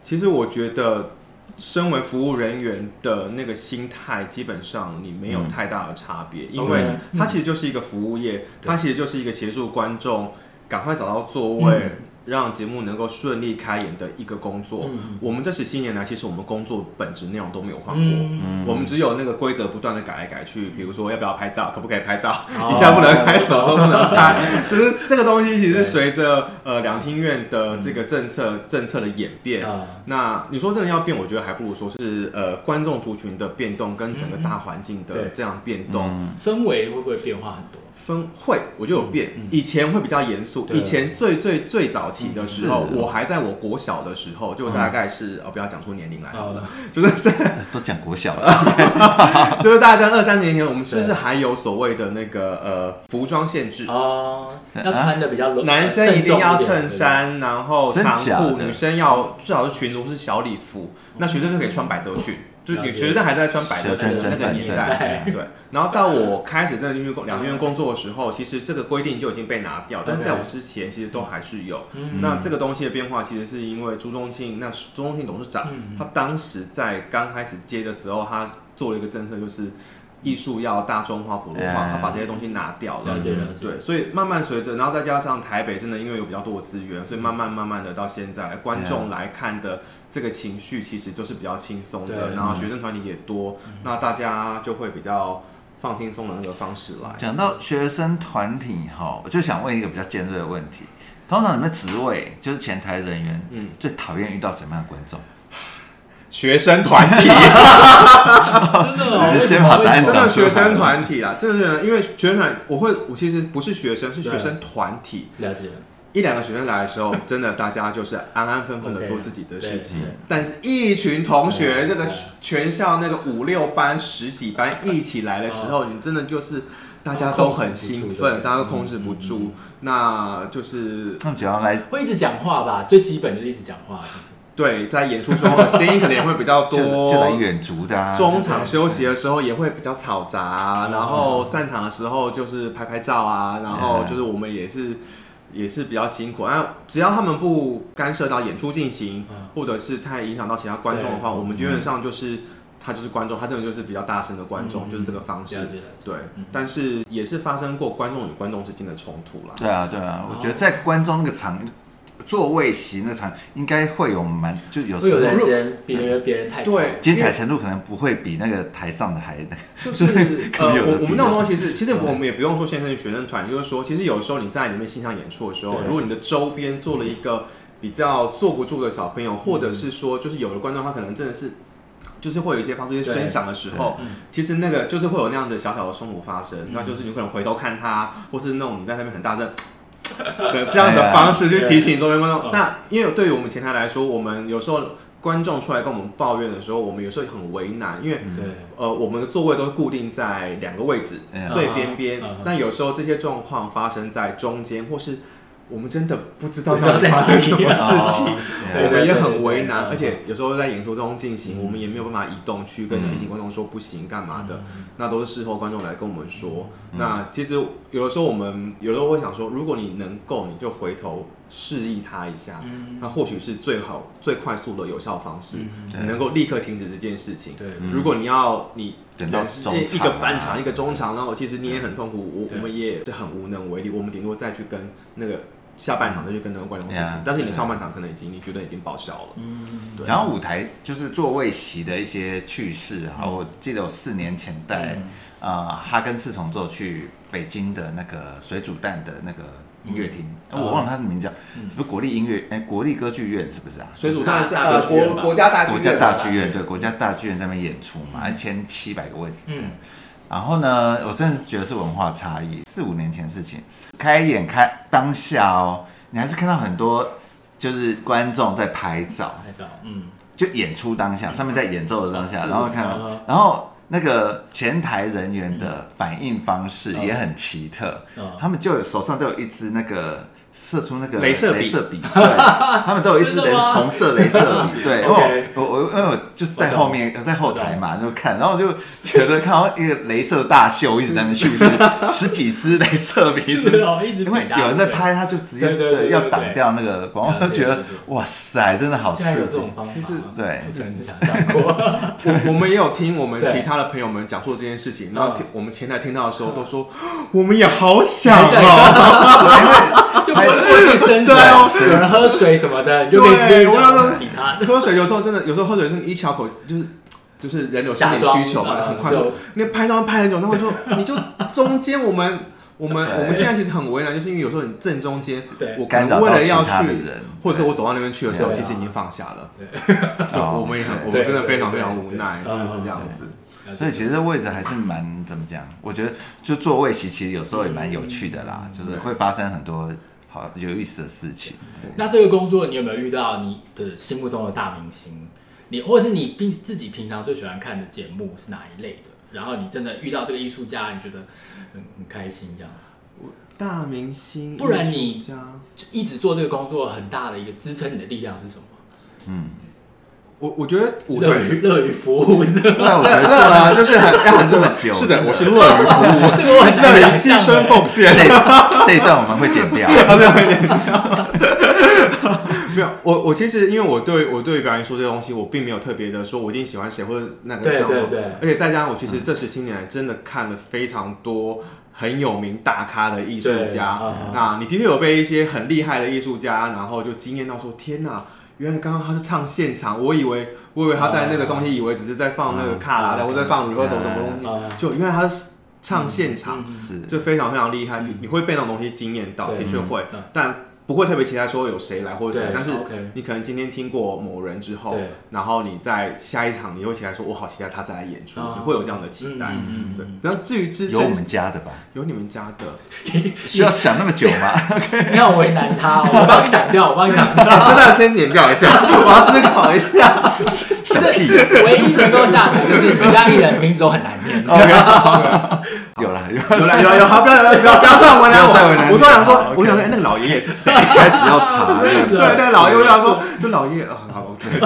S3: 其实我觉得，身为服务人员的那个心态，基本上你没有太大的差别，因为
S1: 嗯 OK，嗯
S3: 它其实就是一个服务业，它其实就是一个协助观众赶快找到座位。
S1: 嗯
S3: 让节目能够顺利开演的一个工作，
S1: 嗯
S3: 我们这十七年来，其实我们工作本质内容都没有换过，
S1: 嗯，
S3: 我们只有那个规则不断的改来改去，比如说要不要拍照，可不可以拍照，
S1: 哦
S3: 一下不能拍，什么时候不能拍，就是这个东西其实随着呃两厅院的这个政策政策的演变，
S1: 啊
S3: 那你说真的要变，我觉得还不如说是呃观众族群的变动跟整个大环
S1: 嗯
S3: 境
S1: 嗯嗯
S3: 的
S1: 对
S3: 这样变动。
S1: 氛围会不会变化很多？
S3: 分会我就有变，以前会比较严肃。
S1: 嗯对嗯
S3: 以前最最最早期的时候，
S2: 是
S3: 我还在我国小的时候，就大概是、哦，不要讲出年龄来好
S1: 嗯
S3: 了，
S2: 都讲国小了，
S3: 就是大概在二三十年前，我们是不是
S1: 对
S3: 还有所谓的那个呃服装限制？
S1: 哦，要穿的比较隆
S3: 男生一定要衬，衫，然后长
S2: 真假
S3: 裤；
S2: 的
S3: 女生要最好是裙子或是小礼服。那学生就可以穿百褶裙，就
S1: 了
S3: 女
S1: 解
S3: 学生还在穿百褶裙的那个年代。对，两然后到我开始在院工两院工作的时候，其实这个规定就已经被拿掉，但
S1: OK
S3: 在我之前其实都还是有。
S1: 嗯
S3: 那这个东西的变化，其实是因为朱宗庆，那是
S1: 嗯
S3: 朱宗庆董事长，他当时在刚开始接的时候，他做了一个政策，就是艺术要大众化、普通话，他把这些东西拿掉了。
S1: 了解了解。
S3: 对，所以慢慢随着，然后再加上台北真的因为有比较多的资源，所以慢慢慢慢的到现在，哎观众来看的这个情绪其实就是比较轻松的，
S1: 对
S3: 然后学生团体也多，那大家就会比较放轻松的那个方式来。
S2: 讲到学生团体哈，我就想问一个比较尖锐的问题。通常你们职位就是前台人员，嗯
S3: 嗯，
S2: 最讨厌遇到什么样的观众？
S3: 学生团体，
S1: 真的哦
S2: 你是先把答案
S3: 真
S2: 讲出
S3: 的
S2: 来。
S3: 学生团体啊，真的是因为学生团，我会我其实不是学生，是学生团体。
S1: 了解了，
S3: 一两个学生来的时候，真的大家就是安安分分的
S1: OK
S3: 做自己的事情
S1: 对对。
S3: 但是，一群同
S1: 对
S3: 学，这个
S1: 对
S3: 全校那个五六班、十几班一起来的时候，你真的就是大家都很兴
S1: 控制不住
S3: 奋，大家都控制不
S1: 嗯
S3: 住。那就是
S2: 那只要来
S1: 会一直讲话吧，最基本就是一直讲话，是不是？
S3: 对，在演出中的 声音可能也会比较
S2: 就就来
S3: 多。
S2: 远足的啊，
S3: 中场休息的时候也会比较嘈杂，啊然后散场的时候就是拍拍照啊，
S1: 嗯
S3: 然后就是我们也是也是比较辛苦。啊，只要他们不干涉到演出进行
S1: 嗯，
S3: 或者是太影响到其他观众的话，
S1: 对
S3: 我们基本上就是他就是观众，他真的就是比较大声的观众，就是这个方
S1: 嗯
S3: 式
S1: 了。解了解。
S3: 对，但是也是发生过观众与观众之间的冲突啦。
S2: 对啊，对啊，我觉得在观众那个场座位席那个场，应该会有蛮就有
S1: 会
S2: 时
S1: 有人
S2: 候
S1: 嫌别人别人太吵
S3: 对
S2: 精彩程度可能不会比那个台上的还
S3: 就是
S2: 可
S3: 呃
S2: 能有，的嗯
S3: 我
S2: 比
S3: 我们那种
S2: 较
S3: 东西是，其实我们也不用说先生学生团，就是说，其实有时候你在里面线上演出的时候，
S1: 对
S3: 如果你的周边做了一个比较坐不住的小朋友，或者是说，就是有的观众他可能真的是。就是会有一些发出一些声响的时候，其实那个就是会有那样的小小的冲突发
S2: 嗯
S3: 生，那就是你可能回头看他，或是那种你在那边很 大声的这样的方式去提醒周边观
S1: 对
S3: 众。
S2: 哎
S3: 那因为对于我们前台来说，我们有时候观众出来跟我们抱怨的时候，我们有时候很为难，因为
S1: 对，
S3: 呃，我们的座位都固定在两个位置、
S2: 嗯
S3: 最边边
S1: 嗯嗯，
S3: 但有时候这些状况发生在中间，或是我们真的不知道
S1: 不知道
S3: 到底发生什么事
S2: 哦
S3: 情，
S1: 啊对
S3: 我们也很
S1: 对对对
S3: 为
S1: 对
S3: 难。
S1: 嗯
S3: 而且有时候在演出中进行，我们也没有办法移动去跟提醒观众说不行干嘛
S1: 嗯
S3: 的，那都是事后观众来跟我们说。那其实有的时候我们有的时候会想说，如果你能够，你就回头示意他一
S1: 嗯
S3: 下，那或许是最好、最快速的有效方式，你能够立刻停止这件事情。
S1: 嗯对
S3: 如果你要你
S2: 等到
S3: 是
S2: 中
S3: 一
S2: 场
S3: 个
S2: 啊
S3: 半场一个
S2: 什么
S3: 中场，然后其实你也很痛苦，我
S1: 对
S3: 我们也是很无能为力，我们顶多再去跟那个下半场再去跟那个观众进
S2: Yeah，
S3: 行，但是你
S2: yeah
S3: 上半场可能已经你觉得已经报销了，
S1: 嗯
S3: 对
S2: 然后舞台就是座位席的一些趣事哈，我记得我四年前带呃哈根四重奏去北京的那个水煮蛋的那个音乐厅，
S1: 嗯
S2: 我忘了它的名字叫，是不是国立音乐哎国立歌剧院是不是啊？
S3: 水煮
S2: 就是
S3: 蛋
S1: 是
S3: 是
S1: 大
S3: 呃
S1: 剧院
S3: 国
S1: 吧
S3: 国家大剧
S2: 国
S3: 院，
S2: 家大剧院，对，国家大剧院在那边演出嘛，一千七百个位置。嗯。然后呢，我真的是觉得是文化差异，四五年前的事情。开演开当下哦，你还是看到很多就是观众在拍照，
S1: 拍照，嗯，
S2: 就演出当下，上面在演奏的当下，
S1: 是
S2: 然后看
S1: 嗯，
S2: 然后那个前台人员的反应方式也很奇特
S1: 嗯，
S2: 他们就有手上都有一支那个射出那个
S3: 镭射笔
S2: 镭 笔，对，他们都有一支
S1: 真的
S2: 镭
S1: 吗
S2: 红色镭射 笔，对，因为
S1: OK
S2: 我我我因为我就是在后面在后台嘛，就看，然后我就觉得看到一个镭射大秀一直在那边秀， 就是十几支镭射笔，一直
S1: 是哦，一直
S2: 因为
S1: 比大
S2: 有人在
S1: 对，
S2: 拍，他就直接
S1: 对对对对
S2: 要
S1: 对
S2: 挡掉那个广告，
S1: 了
S2: 就
S1: 解
S2: 觉得
S1: 了解
S2: 哇塞，真的好
S1: 现在
S2: 刺
S1: 有这
S2: 激。
S1: 种方法
S3: 其实
S1: 吗，
S2: 对
S1: 我曾经想象 过，
S3: 我我们也有听我们
S1: 对
S3: 其他的朋友们讲述这件事
S1: 嗯
S3: 情，然后听我们前台听到的时候都说， 我们也好想
S1: 好想
S3: 哦，
S1: 就不过去伸手，
S2: 对哦
S1: 有人喝水什么的，你就可以直接
S3: 对我要说
S1: 给他，
S3: 喝水有时候真的有时候喝水是一小口就是。就是人有生理需求嘛，
S1: 假装
S3: 很
S1: 嗯
S3: 快就你拍照拍很久，然后就你就中间我们我们
S2: 对
S3: 我们现在其实很为难，就是因为有时候你正中间
S1: 对，
S3: 我可
S2: 干
S3: 能
S2: 扰
S3: 为
S2: 到
S3: 了
S2: 其
S3: 要
S2: 他的
S3: 去，
S2: 人，
S3: 或者是我走到那边去的时候，
S1: 对啊
S3: 其实已经放下了，就
S2: 哦
S3: 我们也很我
S1: 对
S3: 们真的非常
S1: 对
S3: 非常
S1: 对
S3: 无奈，
S1: 对
S3: 真的是这样子。
S2: 所以其实这位置还是蛮怎么讲？我觉得就座位其实有时候也蛮有趣的啦，就是会发生很多好有意思的事情。
S1: 那这个工作，你有没有遇到你的心目中的大明星？你或者是你平自己平常最喜欢看的节目是哪一类的？然后你真的遇到这个艺术家，你觉得很很开心这样？
S3: 大明星，
S1: 不然
S3: 艺
S1: 你
S3: 术家
S1: 就一直做这个工作，很大的一个支撑你的力量是什么？
S3: 我我觉得舞
S1: 乐
S3: 台
S1: 于乐于服务是
S2: 对，我觉得
S3: 乐
S2: 做
S3: 啊，就是很
S2: 要
S3: 要
S2: 很
S3: 很
S2: 这么久
S3: 是的
S2: 真，的
S3: 我是乐于服务，
S1: 这个我很
S3: 乐
S1: 难
S3: 于
S1: 想
S3: 牺牲
S1: 象。
S3: 奉献。
S2: 这这一段我们会剪掉。
S3: 没有，我我其实因为我对我对于表演艺术这个东西，我并没有特别的说我一定喜欢谁或者那个
S1: 对
S3: 状况
S1: 对对
S3: 而且再加上我其实这十七年来真的看了非常多很有名大咖的艺术家
S1: 对嗯，
S3: 那你的确有被一些很厉害的艺术家，然后就惊艳到说天哪！原来刚刚他是唱现场，我以为我以为他在那个东西，以为只是在放那个卡拉的，
S1: 嗯
S3: 或者在放 r e h e 什么东西，
S1: 嗯
S3: 就原来他是唱现场，
S2: 是
S3: 这非常非常厉害，你你会被那种东西惊艳到，的
S1: 对
S3: 确会
S1: 嗯，
S3: 但不会特别期待说有谁来或者谁来
S1: 对，
S3: 但是
S1: OK
S3: 你可能今天听过某人之后
S1: 对，
S3: 然后你在下一场你会期待说，我好期待他再来演出，
S1: 哦
S3: 你会有这样的期待
S1: 嗯嗯嗯。
S3: 对，然后至于之
S2: 有我
S3: 前
S2: 们家的吧？
S3: 有你们家的，
S2: 需
S1: 啊
S2: 要想那么久 吗？
S1: 你好为难他哦，我帮你挡掉，我帮你挡掉。
S3: 真的要先剪掉一下，我要思考一下。
S1: 就
S2: 小
S1: 是
S2: 屁
S1: 唯一能够下台就是你家艺人名字都很难
S2: 哦
S1: 念。
S2: 有了有
S3: 有
S2: 了，
S3: 啦有啦有，好，不要不要不要不要再为
S2: 不
S3: 难
S2: 要再为难
S3: 我。
S2: 你
S3: 我突然想
S2: 好
S3: 说，
S2: ，OK
S3: 我想说，哎，那个老爷爷是 谁？
S2: 开始要查
S3: 对，
S2: 了，
S3: 那个老爷爷，我想说，就老爷爷啊，好，对。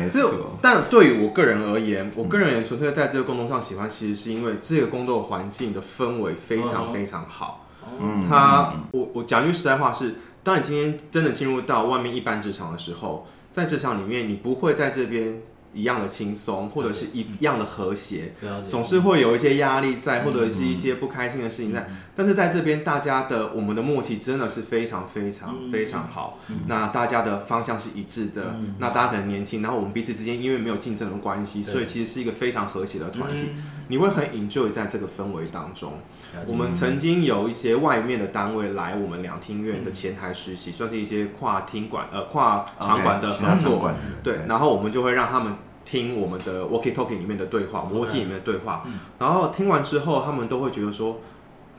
S2: 没
S3: 这
S2: 错，
S3: 但对于我个人而言，我个人而言纯粹在这个工作上喜欢，其实是因为这个工作环境的氛围非常
S1: 嗯
S3: 非常好。
S2: 嗯
S3: 他，我我讲句实在话是，当你今天真的进入到外面一般职场的时候，在职场里面，你不会在这边一样的轻松，或者是一样的和谐，
S1: 了解
S3: 总是会有一些压力在，或
S1: 嗯
S3: 者是一些不开心的事情在。但是在这边，大家的我们的默契真的是非常非常
S1: 嗯
S3: 非常好。那大家的方向是一致的，
S1: 嗯
S3: 那大家可能年轻，然后我们彼此之间因为没有竞争的关系，
S1: 对
S3: 所以其实是一个非常和谐的团体。
S1: 嗯
S3: 你会很 enjoy 在这个氛围当中
S1: 了解。嗯
S3: 我们曾经有一些外面的单位来我们两厅院的
S1: 嗯
S3: 前台实习，算是一些跨厅馆呃跨场馆的
S1: 哦
S2: OK，
S3: 合
S2: 场
S3: 作。
S2: 馆的
S3: 对，然后我们就会让他们听我们的 walkie talkie 里面的对嗯话，模
S1: OK
S3: 型里面的对话。然后听完之后，他们都会觉得说，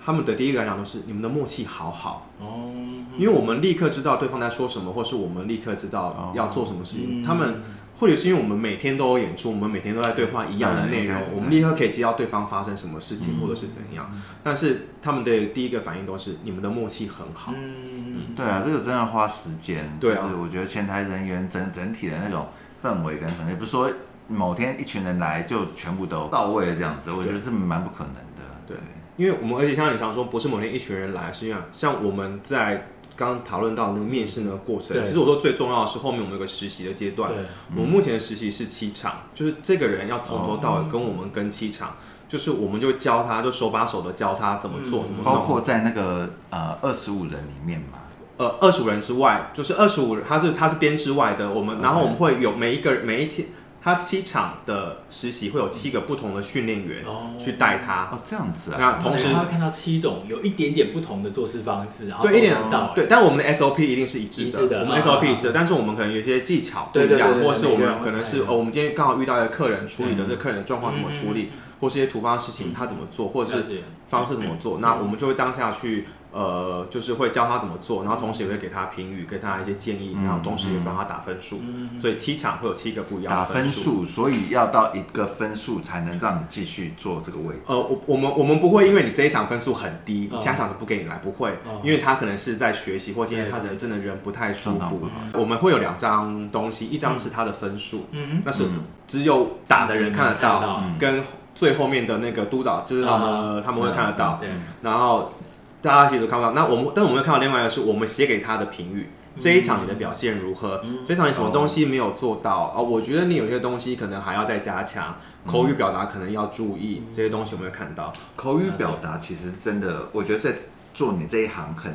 S3: 他们的第一个感想都是你们的默契好好，
S1: 哦，
S3: 因为我们立刻知道对方在说什么，或是我们立刻知道要做什么事情。
S1: 嗯
S3: 他们或者是因为我们每天都有演出，我们每天都在对话一样的内容
S2: 对对，对
S3: 我们立刻可以接到对方发生什么事情或者是怎样。但是他们的第一个反应都是你们的默契很好。
S1: 嗯，
S2: 对啊，这个真的花时间。
S3: 对啊
S2: 就是我觉得前台人员整整体的那种氛围跟可能，不是说某天一群人来就全部都到位了这样子，我觉得这蛮不可能的。
S3: 对，因为我们而且像你常说，不是某天一群人来，是因为像我们在刚刚讨论到那个面试那个过程，
S1: 对
S3: 其实我说最重要的是后面我们有个实习的阶段。
S1: 对，嗯
S3: 我目前的实习是七场，就是这个人要从头到尾跟我们跟七场，就是我们就教他，就手把手的教他怎么做，
S1: 嗯
S3: 怎么
S2: 包
S3: 弄。
S2: 括在那个呃二十五人里面嘛，
S3: 呃二十五人之外，就是二十五，他是他是编制外的，我
S1: 嗯
S3: 们
S2: OK
S3: 然后我们会有每一个每一天，他七场的实习会有七个不同的训练员
S1: 哦
S3: 去带他，
S2: 哦这样子啊，
S3: 那同时
S1: 他会看到七种有一点点不同的做事方式，然后
S3: 对一点
S1: 啊都知道，欸
S3: 对，但我们的 SOP 一定是一致
S1: 一
S3: 的，
S1: 致的
S3: 我们
S1: 啊
S3: SOP 一致的，但是我们可能有一些技巧不
S1: 对
S3: 一
S1: 对
S3: 样，
S1: 对对
S3: 或是我
S1: 每个
S3: 们
S1: 人
S3: 可能
S1: 不太
S3: 是
S1: 一样嗯
S3: 哦，我们今天刚好遇到一个客人处理的这客人的状况怎么处理，或是一些突发事情他怎么做，或者
S1: 了
S3: 是
S1: 解，嗯
S3: 方式怎么做，那我们就会当下去。呃，就是会教他怎么做，然后同时也会给他评语，给他一些建议，
S1: 嗯
S3: 然后同时也帮他打分数。所以七场会有七个不一样
S2: 打
S3: 的
S2: 分数，
S3: 数。
S2: 所以要到一个分数才能让你继续做这个位置。
S3: 呃，我我们我们不会因为你这一场分数很低，
S1: 嗯
S3: 下一场就不给你来，不会
S1: 嗯，
S3: 因为他可能是在学习，或今天
S1: 对
S3: 他可能真的人不太舒
S2: 状况
S3: 服
S2: 不。
S3: 我们会有两张东西，一张是他的分数，
S1: 嗯
S3: 那是只有打的人看得
S1: 看得
S3: 到
S2: 嗯
S1: 到，
S3: 跟最后面的那个督导，就是他
S1: 嗯
S3: 们他们会看得到，
S1: 对，
S3: 然后大家其实都看不到。那我们，但我们会看到另外一个是我们写给他的评语。
S1: 嗯
S3: 这一场你的表现如何？这一场你什么东西没有做到？哦，我觉得你有些东西可能还要再加强，
S1: 嗯
S3: 口语表达可能要注意，这些东西我们会看到。
S2: 口语表达其实真的，我觉得在做你这一行很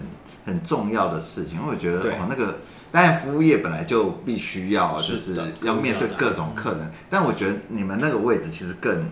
S2: 很重要的事情，因为我觉得
S3: 对
S2: 哦，那个当然服务业本来就必须要啊就是是
S3: 的嗯
S2: 要面对各种客人，但我觉得你们那个位置其实更，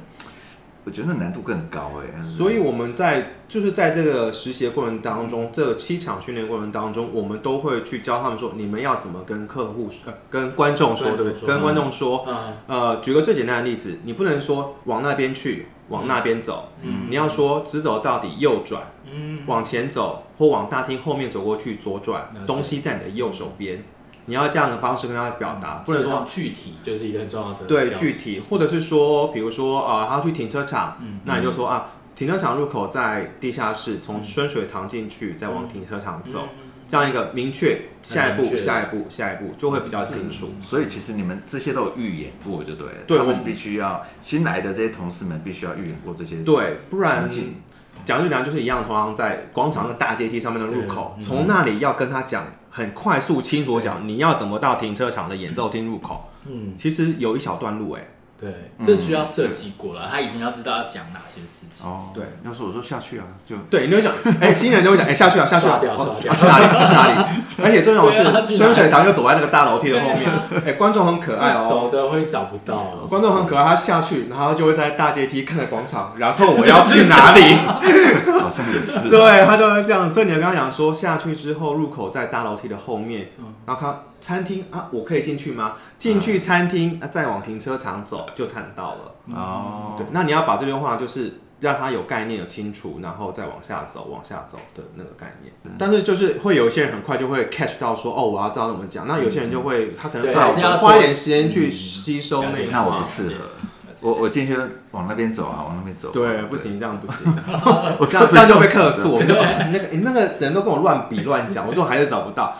S2: 我觉得那难度更高哎。
S1: 嗯
S3: 所以我们在就是在这个实习的过程当
S1: 嗯
S3: 中，这七场训练过程当中，我们都会去教他们说，你们要怎么跟客户、呃、跟观众说，
S1: 观众
S3: 对不对？
S1: 说
S3: 跟观众说，
S1: 嗯，
S3: 呃，举个最简单的例子，你不能说往那边去，往那边走，
S1: 嗯
S3: 你要说直走到底，右转，
S1: 嗯，
S3: 往前走，或往大厅后面走过去，左转
S1: 了，解
S3: 东西在你的右手边。你要这样的方式跟他表达，不
S1: 基本
S3: 能说
S1: 上具体就是一个很重要的
S3: 对
S1: 标
S3: 具体，或者是说，比如说啊，他去停车场，
S1: 嗯
S3: 那你就说啊，停车场入口在地下室，从春水堂进去，再往停车场走，这样一个明确下一
S1: 嗯明
S3: 步，
S1: 确
S3: 下一步，下一步就会比较清楚。
S2: 所以其实你们这些都有预演过，就对了。
S3: 对
S2: 他
S3: 我
S2: 们必须要新来的这些同事们必须要预演过这些。
S3: 对，不然
S2: 场景
S3: 讲句难，就是一样，同样在广场的大阶梯上面的入口，
S1: 对嗯
S3: 从那里要跟他讲很快速清楚地讲你要怎么到停车场的演奏厅入口，
S1: 嗯，
S3: 其实有一小段路哎、
S1: 对，这需要设计过了，他已经要知道要讲哪些事情。
S2: 哦，
S3: 对，
S2: 要是我说下去啊， 就
S3: 对，你就会讲，哎、新人就会讲，哎、下去啊，下去啊，
S1: 刷掉
S3: 哦
S1: 刷掉
S3: 啊去哪里？去 哪里？而且最重要
S1: 对啊
S3: 的
S1: 去
S3: 是，
S1: 哪里啊
S3: 春水堂就躲在那个大楼梯的后面，哎、观众很可爱
S1: 不
S3: 哦。
S1: 熟的会找不到，
S3: 观众很可爱，他下去，然后就会在大阶梯看着广场，然后我要 去哪里？
S2: 好像也是，
S3: 对他都会这样，所以你要跟他讲说，下去之后入口在大楼梯的后面，然后看餐厅啊，我可以进去吗？进去餐厅，啊、再往停车场走就看到了。
S2: 哦，
S3: 对，那你要把这句话就是让他有概念、有清楚，然后再往下走、往下走的那个概念。但是就是会有一些人很快就会 catch 到说，哦，我要知道怎么讲。那有些人就会他可能
S1: 对
S3: 花
S1: 还是要
S3: 花一点时间去吸收
S1: 嗯
S3: 那
S1: 了解
S3: 个。
S2: 那我
S1: 了
S2: 不
S1: 解
S2: 适合，我我进去就往那边走啊，往那边走，
S3: 对，不，行，这样不 行，
S2: 我
S3: 这样这样就被客
S2: 死了
S3: 诉。我们就哦那个你那个人都跟我乱比乱讲，我就还是找不到。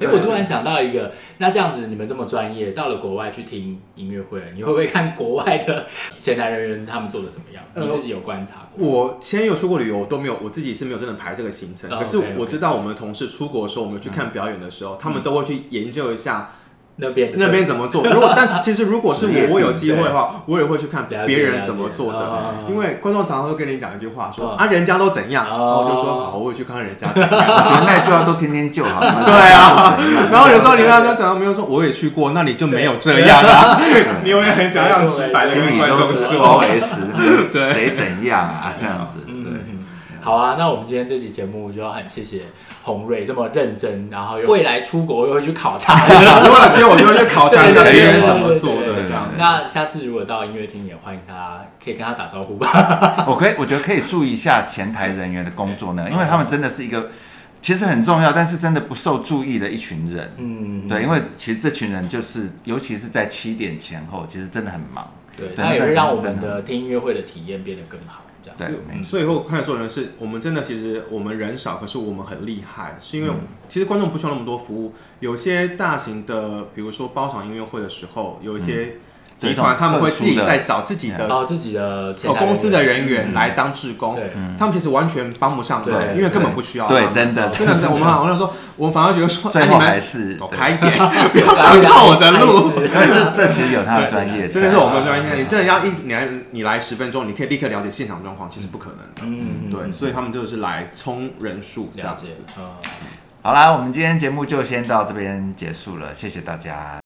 S1: 哎，我突然想到一个，那这样子你们这么专业，到了国外去听音乐会，你会不会看国外的 前台人员他们做的怎么样？
S3: 呃
S1: 你自己有观察过？
S3: 我先有出国旅游，我都没有，我自己是没有真的排这个行程。
S1: 哦
S3: 可是
S1: OK，OK 嗯
S3: 我知道我们的同事出国的时候，我们去看表演的时候，他们都会去研究一下
S1: 那边的
S3: 那边怎么做。如果但是其实如果是
S2: 职业
S3: 我，
S2: 病
S3: 我有机会 的话，我也会去看
S1: 了解
S3: 别人怎么做
S1: 了解
S3: 的
S1: 哦，
S3: 因为观众常常会跟你讲一句话，说
S1: 嗯
S3: 啊人家都怎样，
S1: 哦
S3: 然后我就说好，我也去看人家怎样。
S2: 我觉得那句话都天天就好，
S3: 对啊， 然后有时候你让他讲到没有说我也去过，那你就没有这样啊， 你也很想让直白的
S2: 心
S3: 跟
S2: 里
S3: 观
S2: 都
S3: 众
S2: 是
S3: 说。
S2: OS，
S3: 对
S2: 谁怎样啊这样子，
S1: 嗯
S2: 对，
S1: 嗯好啊，那我们今天这期节目就要很谢谢洪瑞这么认真，然后又未来出国又会去考察的
S3: 啊如果有机会，我就会去 考察一下
S2: 对对对
S3: 别人怎么做
S1: 对对
S3: 的
S2: 对
S3: 这样。
S1: 那下次如果到音乐厅，也欢迎大家可以跟他打招呼吧。
S2: 我可以，我觉得可以注意一下前台人员的工作呢，因为他们真的是一个其实很重要，但是真的不受注意的一群人。
S1: 嗯，
S2: 对，因为其实这群人就是，尤其是在七点前后，其实真的很忙。
S1: 对，
S2: 对
S1: 他也会让我
S2: 那个是
S1: 们
S2: 真的
S1: 的听音乐会的体验变得更好，这样。
S2: 对，没错。
S3: 所以我看说人是我们真的，其实我们人少，可是我们很厉害，是因为
S2: 嗯
S3: 其实观众不需要那么多服务。有些大型的，比如说包场音乐会的时候，有一些
S2: 嗯这
S3: 集团
S2: 种
S3: 他们会自己
S2: 特殊的
S3: 在找自己的
S1: 然后自己的前
S3: 哦
S1: 台
S3: 公司的人员
S2: 嗯
S3: 来当志工
S1: 对，
S3: 他们其实完全帮不上
S1: 对
S3: 忙，因为根本不需要他们。哦
S2: 对，真的，
S3: 真的是我们好像说，我们反而觉得说，
S2: 最
S3: 哎
S2: 后
S3: 你
S2: 还
S3: 们
S2: 是
S3: 走
S2: 对
S3: 开一点，不 要
S1: 大家
S3: 挡我的路。
S1: 还是
S2: 因为这这其实有他的专业在，
S3: 真的是我们专业，你真的要一你来你来十分钟，你可以立刻了解现场状况，其实不可能的。
S1: 嗯，
S3: 对，所以他们就是来冲人数这
S1: 了
S3: 样
S1: 解
S3: 子。。
S1: 嗯。
S2: 好啦，我们今天节目就先到这边结束了，谢谢大家。